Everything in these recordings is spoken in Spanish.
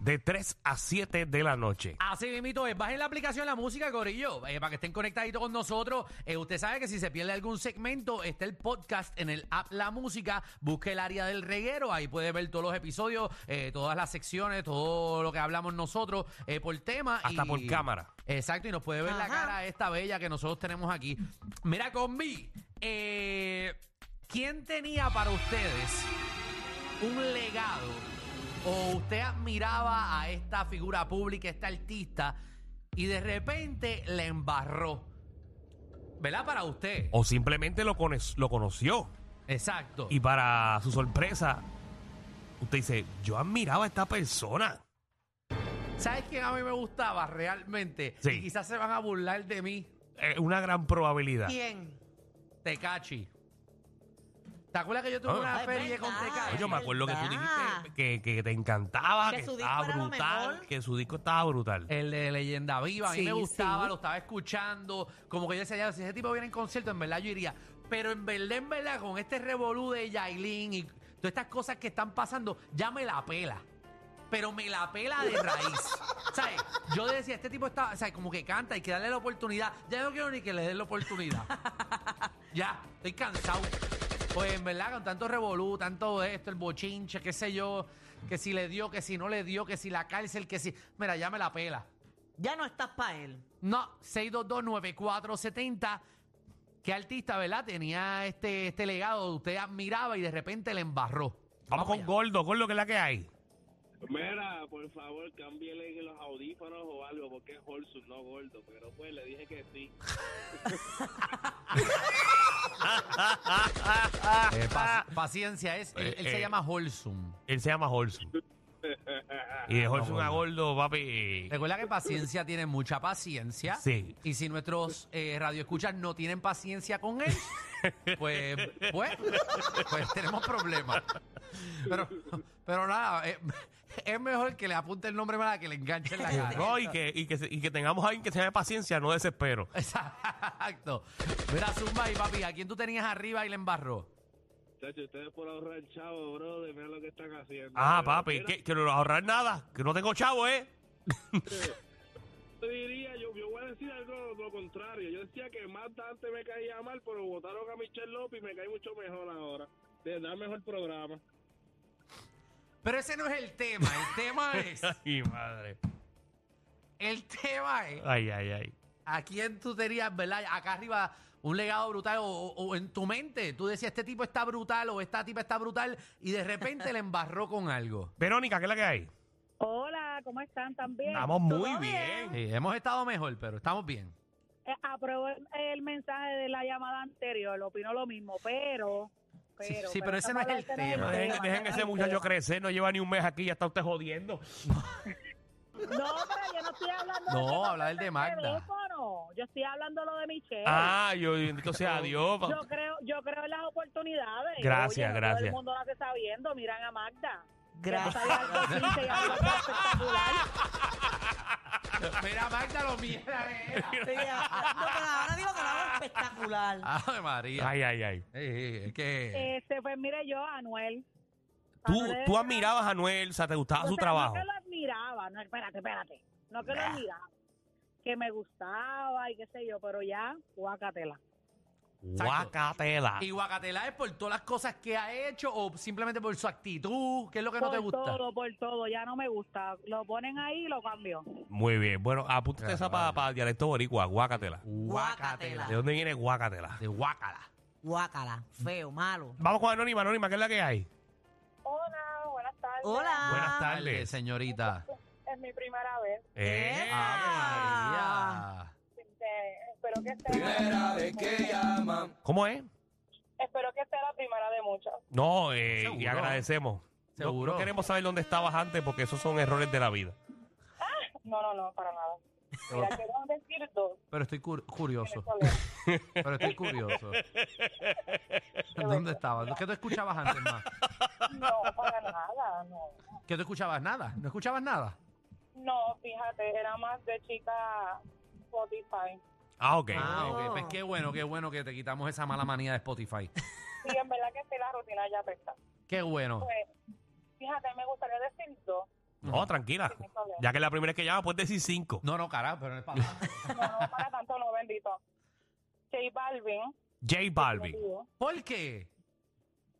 de 3 a 7 de la noche. Así mismito es. Bajen la aplicación La Música, Corillo, eh, para que estén conectaditos con nosotros. Eh, usted sabe que si se pierde algún segmento, está el podcast en el app La Música. Busque el área del reguero. Ahí puede ver todos los episodios, eh, todas las secciones, todo lo que hablamos nosotros eh, por tema. Hasta por cámara. Exacto, y nos puede ver la cara de esta bella que nosotros tenemos aquí. Mira, combi, eh, ¿quién tenía para ustedes un legado o usted admiraba a esta figura pública, esta artista, y de repente la embarró? ¿Verdad? Para usted. O simplemente lo, cono- lo conoció. Exacto. Y para su sorpresa, usted dice, yo admiraba a esta persona. ¿Sabes quién a mí me gustaba realmente? Sí. Y quizás se van a burlar de mí. Es una gran probabilidad. ¿Quién? Tecachi. ¿Te acuerdas que yo tuve Ah. una Ay, feria con verdad. Tecachi? Yo me acuerdo que tú ¿Verdad? dijiste que, que te encantaba, que, Que su disco estaba era lo brutal, mejor. Eh, que su disco estaba brutal. El de Leyenda Viva, a mí Sí, me gustaba, sí. lo estaba escuchando. Como que yo decía, ya, si ese tipo viene en concierto, en verdad yo iría. Pero en verdad, en verdad, con este revolú de Yailin y todas estas cosas que están pasando, ya me la pela. Pero me la pela de raíz. ¿Sabes? Yo decía, este tipo está, o sea, como que canta, hay que darle la oportunidad. Ya no quiero ni que le den la oportunidad. ya, estoy cansado. Pues en verdad, con tanto revolú, tanto esto, el bochinche, qué sé yo, que si le dio, que si no le dio, que si la cárcel, que si. Mira, ya me la pela. Ya no estás para él. No, 6229470. ¿Qué artista, verdad? Tenía este, este legado, usted admiraba y de repente le embarró. Vamos con allá. Gordo, Gordo, que es la que hay. Mira, por favor, cámbiele los audífonos o algo, porque es Holsus, no gordo. Pero pues le dije que sí. Eh, pac- paciencia, es, él, Eh, él se eh. llama Holsum. Él se llama Holson. Y de Holson a Gordo, papi. Eh, Recuerda que paciencia tiene mucha paciencia. Sí. Y si nuestros eh, radioescuchas no tienen paciencia con él, pues, pues, pues tenemos problemas. Pero, pero nada, eh, es mejor que le apunte el nombre para que le enganche en la cara. No, y que, y que, se- y que tengamos a alguien que se llame paciencia, no desespero. Exacto. Mira, Zumba y papi, ¿a quién tú tenías arriba y le embarró? Chacho, ustedes por ahorrar chavo, brother, mira lo que están haciendo. Ah, Pero papi, mira, que, que no ahorrar nada, que no tengo chavo, ¿eh? Yo diría, yo, yo voy a decir algo lo contrario. Yo decía que más antes me caía mal, pero votaron a Michelle López y me cae mucho mejor ahora. De da mejor programa. Pero ese no es el tema. El tema es. Ay, madre. El tema es. Ay, ay, ay. ¿A quién tú tenías, verdad? Acá arriba un legado brutal o, o- o en tu mente. Tú decías, este tipo está brutal o esta tipa está brutal y de repente le embarró con algo. Verónica, ¿qué es la que hay? Hola, ¿cómo están? ¿También? Estamos muy todo bien. Sí, hemos estado mejor, pero estamos bien. Eh, apruebo el, el mensaje de la llamada anterior, opino lo mismo, pero... Sí, pero, sí, pero ese no es el estamos tema. hablando No, del Dejen, dejen tema, ese del muchacho tema. crecer, no lleva ni un mes aquí, ya está usted jodiendo. No, pero yo no estoy hablando No, tema habla del de del Magda. teléfono, Yo estoy hablando lo de Michelle. Ah, yo, bendito sea Dios. Yo creo, yo creo en las oportunidades. Gracias, Oye, no Todo gracias. el mundo lo hace sabiendo. Miran a Magda. Gracias. Ella sabe algo dulce y algo espectacular. Mira, Magda, lo mierda era. Sí, ah, no, pero ahora digo que lo hago espectacular. Ay, María. Ay, ay, ay. Sí, sí, es que... Este, pues mire yo, Anuel. Tú, Anuel es tú de- admirabas a Noel, o sea, te gustaba O su sea, trabajo. No que lo admiraba, no, espérate, espérate. No que lo admiraba, que me gustaba y qué sé yo, pero ya, guácatela. Guacatela. ¿Y Guacatela es por todas las cosas que ha hecho o simplemente por su actitud? ¿Qué es lo que no por te gusta? todo, por todo, ya no me gusta. Lo ponen ahí y lo cambio. Muy bien. Bueno, apúntate Claro, esa para vale. dialecto boricua, guacatela. Guacatela. ¿De dónde viene guacatela? De Guacala. Guácala, feo, malo. Vamos con Anónima, Anónima, ¿qué es la que hay? Hola, buenas tardes. Hola. Buenas tardes. Dale, señorita. Es mi primera vez. Eh. Ah, María. espero que sea. ¿Cómo es? Espero que sea la primera de muchas. No, eh, y Seguro. agradecemos. No- Seguro. No queremos saber dónde estabas antes porque esos son errores de la vida. No, no, no, para nada. Mira, quiero decir dos. Pero estoy cur- curioso. Con él. Pero estoy curioso. ¿Dónde estabas? ¿Qué tú escuchabas antes más? No, para nada, no. ¿Qué tú escuchabas? Nada. ¿No escuchabas nada? No, fíjate, era más de chica Spotify. Ah, ok. Ah, Ah. ok. Pues qué bueno, qué bueno que te quitamos esa mala manía de Spotify. Sí, en verdad que sí, la rutina ya pesa. Qué bueno. Pues, fíjate, me gustaría decir dos. No, tranquila. sin problema. Ah, Ya que la primera vez que llama, puedes decir cinco. No, no, carajo, pero no es para No, no, para tanto no, bendito. J Balvin. J Balvin. digo. ¿Por qué?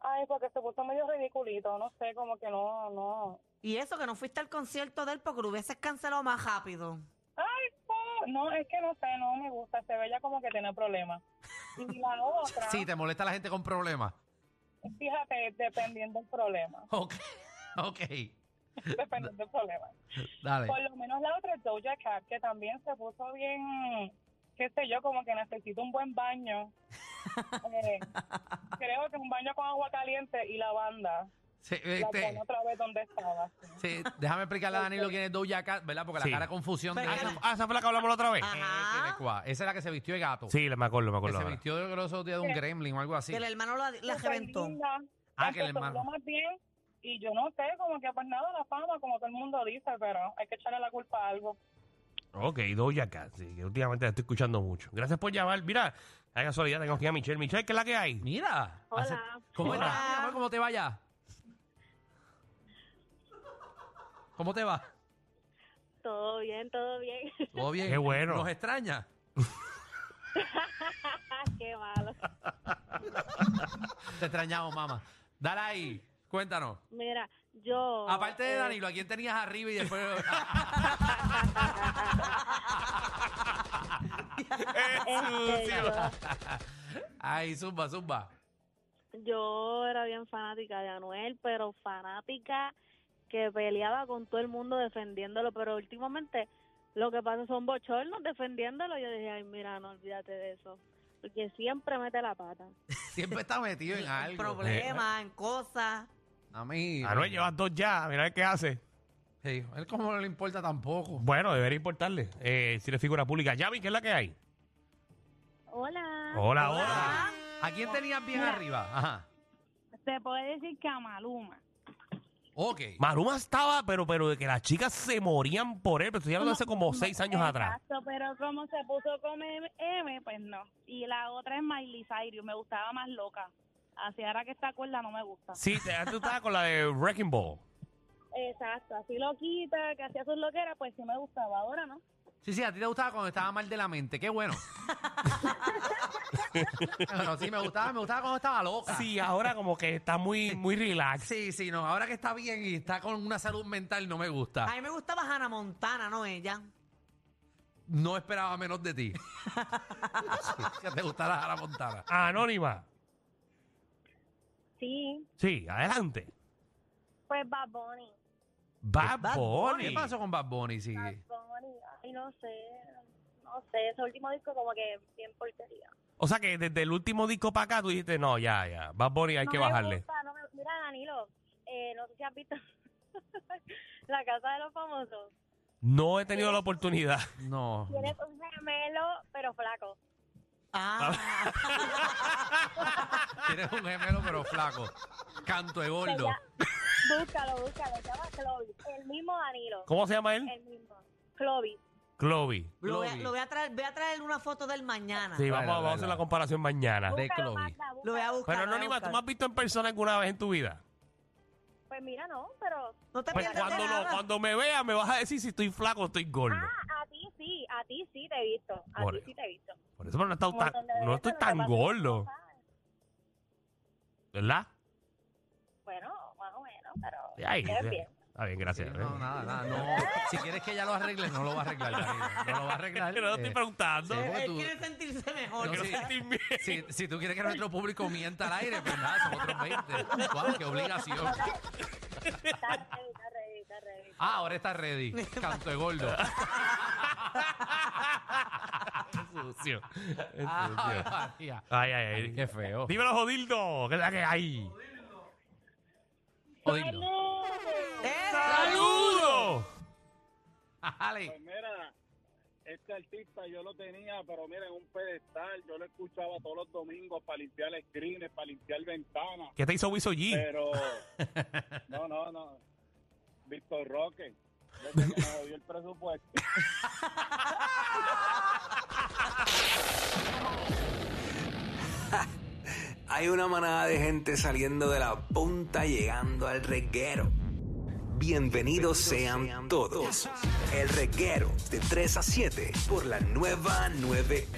Ay, porque se puso medio ridiculito, no sé, como que no, no. Y eso que no fuiste al concierto de él porque lo hubieses cancelado más rápido. Ay, po- no, es que no sé, no me gusta, se ve ya como que tiene problemas. Y la otra, Sí, te molesta la gente con problemas. fíjate, dependiendo del problema, Ok. Ok. dependiendo del problema. Dale. Por lo menos la otra es Doja Cat, que también se puso bien, qué sé yo, como que necesita un buen baño. Eh, creo que un baño con agua caliente y lavanda. Sí, La este, pone otra vez donde estaba. sí. sí, déjame explicarle a Danilo quién es Doja Cat, ¿verdad? Porque Sí. la cara de confusión de Pero Ah, él esa, es- ah, esa fue la que hablamos la otra vez. Ajá. Guau, Esa es la que se vistió de gato. Sí, la- me acuerdo, me Que acuerdo. se ahora. vistió yo creo, los otros días de un gremlin o algo así. Que el hermano la, la Súper reventó. linda, Ah, que el empezó hermano. lo más bien. Y yo no sé, como que pues nada, la fama, como todo el mundo dice, pero hay que echarle la culpa a algo. Ok, Doja Cat, sí, que últimamente la estoy escuchando mucho. Gracias por llamar. Mira, hay casualidad, tengo aquí a Michelle. Michelle, ¿qué es la que hay? Mira. Hola. hace- ¿Cómo Hola. estás, mi amor? ¿Cómo te va ya? ¿Cómo te va? Todo bien, todo bien. Todo bien. Qué bueno. ¿Nos extraña? Ah, Qué malo. Te extrañamos, mamá. Dale ahí. Cuéntanos. Mira, yo. Aparte de eh, Danilo, ¿a quién tenías arriba y después? Ah, este, Ay, zumba, zumba. yo, yo era bien fanática de Anuel, pero fanática que peleaba con todo el mundo defendiéndolo. Pero últimamente lo que pasa son bochornos defendiéndolo. Yo dije, ay, mira, no olvídate de eso. Porque siempre mete la pata. Siempre está metido en En algo. Eh, problemas, en cosas. A mí. Ah, no, llevas dos ya, mira a ver qué hace. Sí, a él como no le importa tampoco. Bueno, debería importarle. Eh, si eres figura pública. Yavi, ¿qué es la que hay? Hola. Hola, hola. Ah, ¿A quién tenías bien arriba? Ajá. Se puede decir que a Maluma. Ok. Maluma estaba, pero, pero de que las chicas se morían por él, pero estoy hablando hace como seis años atrás. Exacto, pero como se puso con M, M, pues no. Y la otra es Miley Cyrus, me gustaba más loca. Así ahora que está cuerda no me gusta. Sí, te- tú estabas con la de Wrecking Ball. Exacto, así loquita, que hacía sus loqueras, pues sí me gustaba, ahora no. Sí, sí, a ti te gustaba cuando estaba mal de la mente. Qué bueno. no, no, sí, me gustaba, me gustaba cuando estaba Ah. loca. Sí, ahora como que está muy, muy relax. Sí, sí, no. Ahora que está bien y está con una salud mental, no me gusta. A mí me gustaba Hannah Montana, no ella. No esperaba menos de ti. que te gustara Jara Montana. Ah, pues, Anónima. Sí, Sí, adelante. pues Bad Bunny. Bad Bunny. ¿Qué pasó con Bad Bunny? Sí. Bunny, ay, no sé. No sé, ese último disco como que bien porquería. O sea que desde el último disco para acá tú dijiste, no, ya, ya, Bad Bunny hay No que me bajarle. gusta, no me- mira, Danilo, eh, no sé si has visto La Casa de los Famosos. No he tenido la oportunidad. No. Tienes un gemelo, pero flaco. Ah, Tienes un gemelo, pero flaco. Canto de Que gordo. ya- búscalo, búscalo. Se llama Clovis. El mismo Danilo. ¿Cómo se llama él? El mismo. Clovis. Chloe. lo, voy a, Chloe. lo voy a traer, voy a traer una foto del mañana. Sí, vamos, Dale, a- dale, vamos a hacer dale. la comparación mañana. De Ah. Búscalo, Clovis. Magda, Lo voy a búscalo. buscar. Pero lo voy a Anónima, ¿tú buscar. me has visto en persona alguna vez en tu vida? Pues mira, no, pero No te Pues pierdas de cuando, lo- nada. cuando me veas me vas a decir si estoy flaco o estoy gordo. ah, a ti sí, a ti sí te he visto. A Por ti eso. sí te he visto. Por eso pero no, he estado Un tan- montón de no estoy veces, lo tan que pasa es que gordo, no sabes. ¿verdad? Bueno, más o menos, pero Ay, es sí. bien. Está bien, gracias. eh. Sí, no, nada, nada. No. Si quieres que ella lo arregle, no lo va a arreglar. Danilo. No lo va a arreglar. Pero no Eh, estoy preguntando. sí. Él tú- quiere sentirse mejor. No, Quiero sí. sentir bien. si, si tú quieres que nuestro público mienta al aire, pues nada, son otros 20. Guau, ¡Qué obligación! Está ready, está ready, está ready. Ah, ahora está ready. Canto de gordo. Sucio. Es Ay, sucio. María. Ay, ay, ay. Qué feo. Dímelo, Jodildo. ¿Qué es la que hay? Odilo. Pues dale. mira, este artista yo lo tenía, pero mira, en un pedestal. Yo lo escuchaba todos los domingos para limpiar screens, para limpiar ventanas. ¿Qué te hizo Wiso G? Pero, no, no, no. Víctor Roque. Desde que me jodió el presupuesto. Hay una manada de gente saliendo de la punta llegando al reguero. Bienvenidos sean todos. El reguero de 3 a 7 por la nueva 9.